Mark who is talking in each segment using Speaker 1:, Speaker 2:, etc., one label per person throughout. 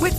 Speaker 1: With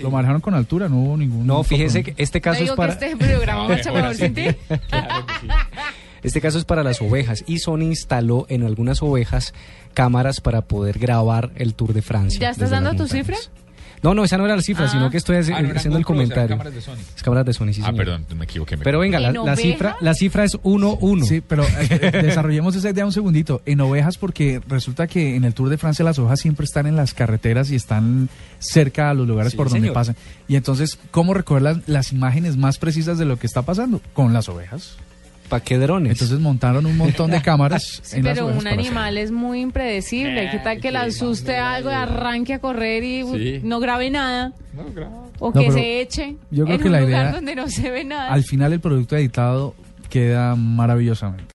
Speaker 2: Lo manejaron con altura, no hubo ningún.
Speaker 3: No, fíjese que este
Speaker 4: Te
Speaker 3: caso es
Speaker 4: digo
Speaker 3: para
Speaker 4: que este programa
Speaker 5: Ah,
Speaker 4: va a ser mejor sin
Speaker 2: Ah,
Speaker 4: ti.
Speaker 3: este caso es para las ovejas y Sony instaló en algunas ovejas cámaras para poder grabar el Tour de Francia.
Speaker 4: ¿Ya estás
Speaker 3: desde
Speaker 4: dando
Speaker 3: las
Speaker 4: tu
Speaker 3: montañas.
Speaker 4: cifra?
Speaker 3: No, no, esa no era la cifra,
Speaker 4: Ah.
Speaker 3: sino que estoy hace-
Speaker 2: Ah, no, eran
Speaker 3: haciendo el
Speaker 2: GoPros, eran
Speaker 3: comentario.
Speaker 2: cámaras de Sony.
Speaker 3: Las cámaras de Sony, sí,
Speaker 5: Ah,
Speaker 3: señor.
Speaker 5: perdón, me equivoqué. me
Speaker 3: Pero venga, la,
Speaker 4: ¿En
Speaker 3: la
Speaker 4: oveja?
Speaker 3: cifra, la cifra es 1-1.
Speaker 2: Sí, pero eh, desarrollemos esa idea un segundito. En ovejas, porque resulta que en el Tour de Francia las ovejas siempre están en las carreteras y están cerca a los lugares
Speaker 3: Sí,
Speaker 2: por donde
Speaker 3: señor.
Speaker 2: pasan. Y entonces, ¿cómo recoger las, las imágenes más precisas de lo que está pasando? Con las ovejas.
Speaker 3: ¿Para qué drones?
Speaker 2: Entonces montaron un montón de cámaras en las
Speaker 4: Pero
Speaker 2: ovejas
Speaker 4: un
Speaker 2: para
Speaker 4: animal es muy impredecible. ¿Qué tal que le asuste algo, arranque a correr y uh,
Speaker 5: Sí.
Speaker 4: no grabe nada? O
Speaker 2: No,
Speaker 4: que
Speaker 2: pero
Speaker 4: se eche
Speaker 2: yo creo
Speaker 4: en
Speaker 2: que
Speaker 4: un
Speaker 2: la
Speaker 4: lugar
Speaker 2: idea-
Speaker 4: donde no se ve
Speaker 2: hacer.
Speaker 4: nada.
Speaker 2: Al final el producto editado queda maravillosamente.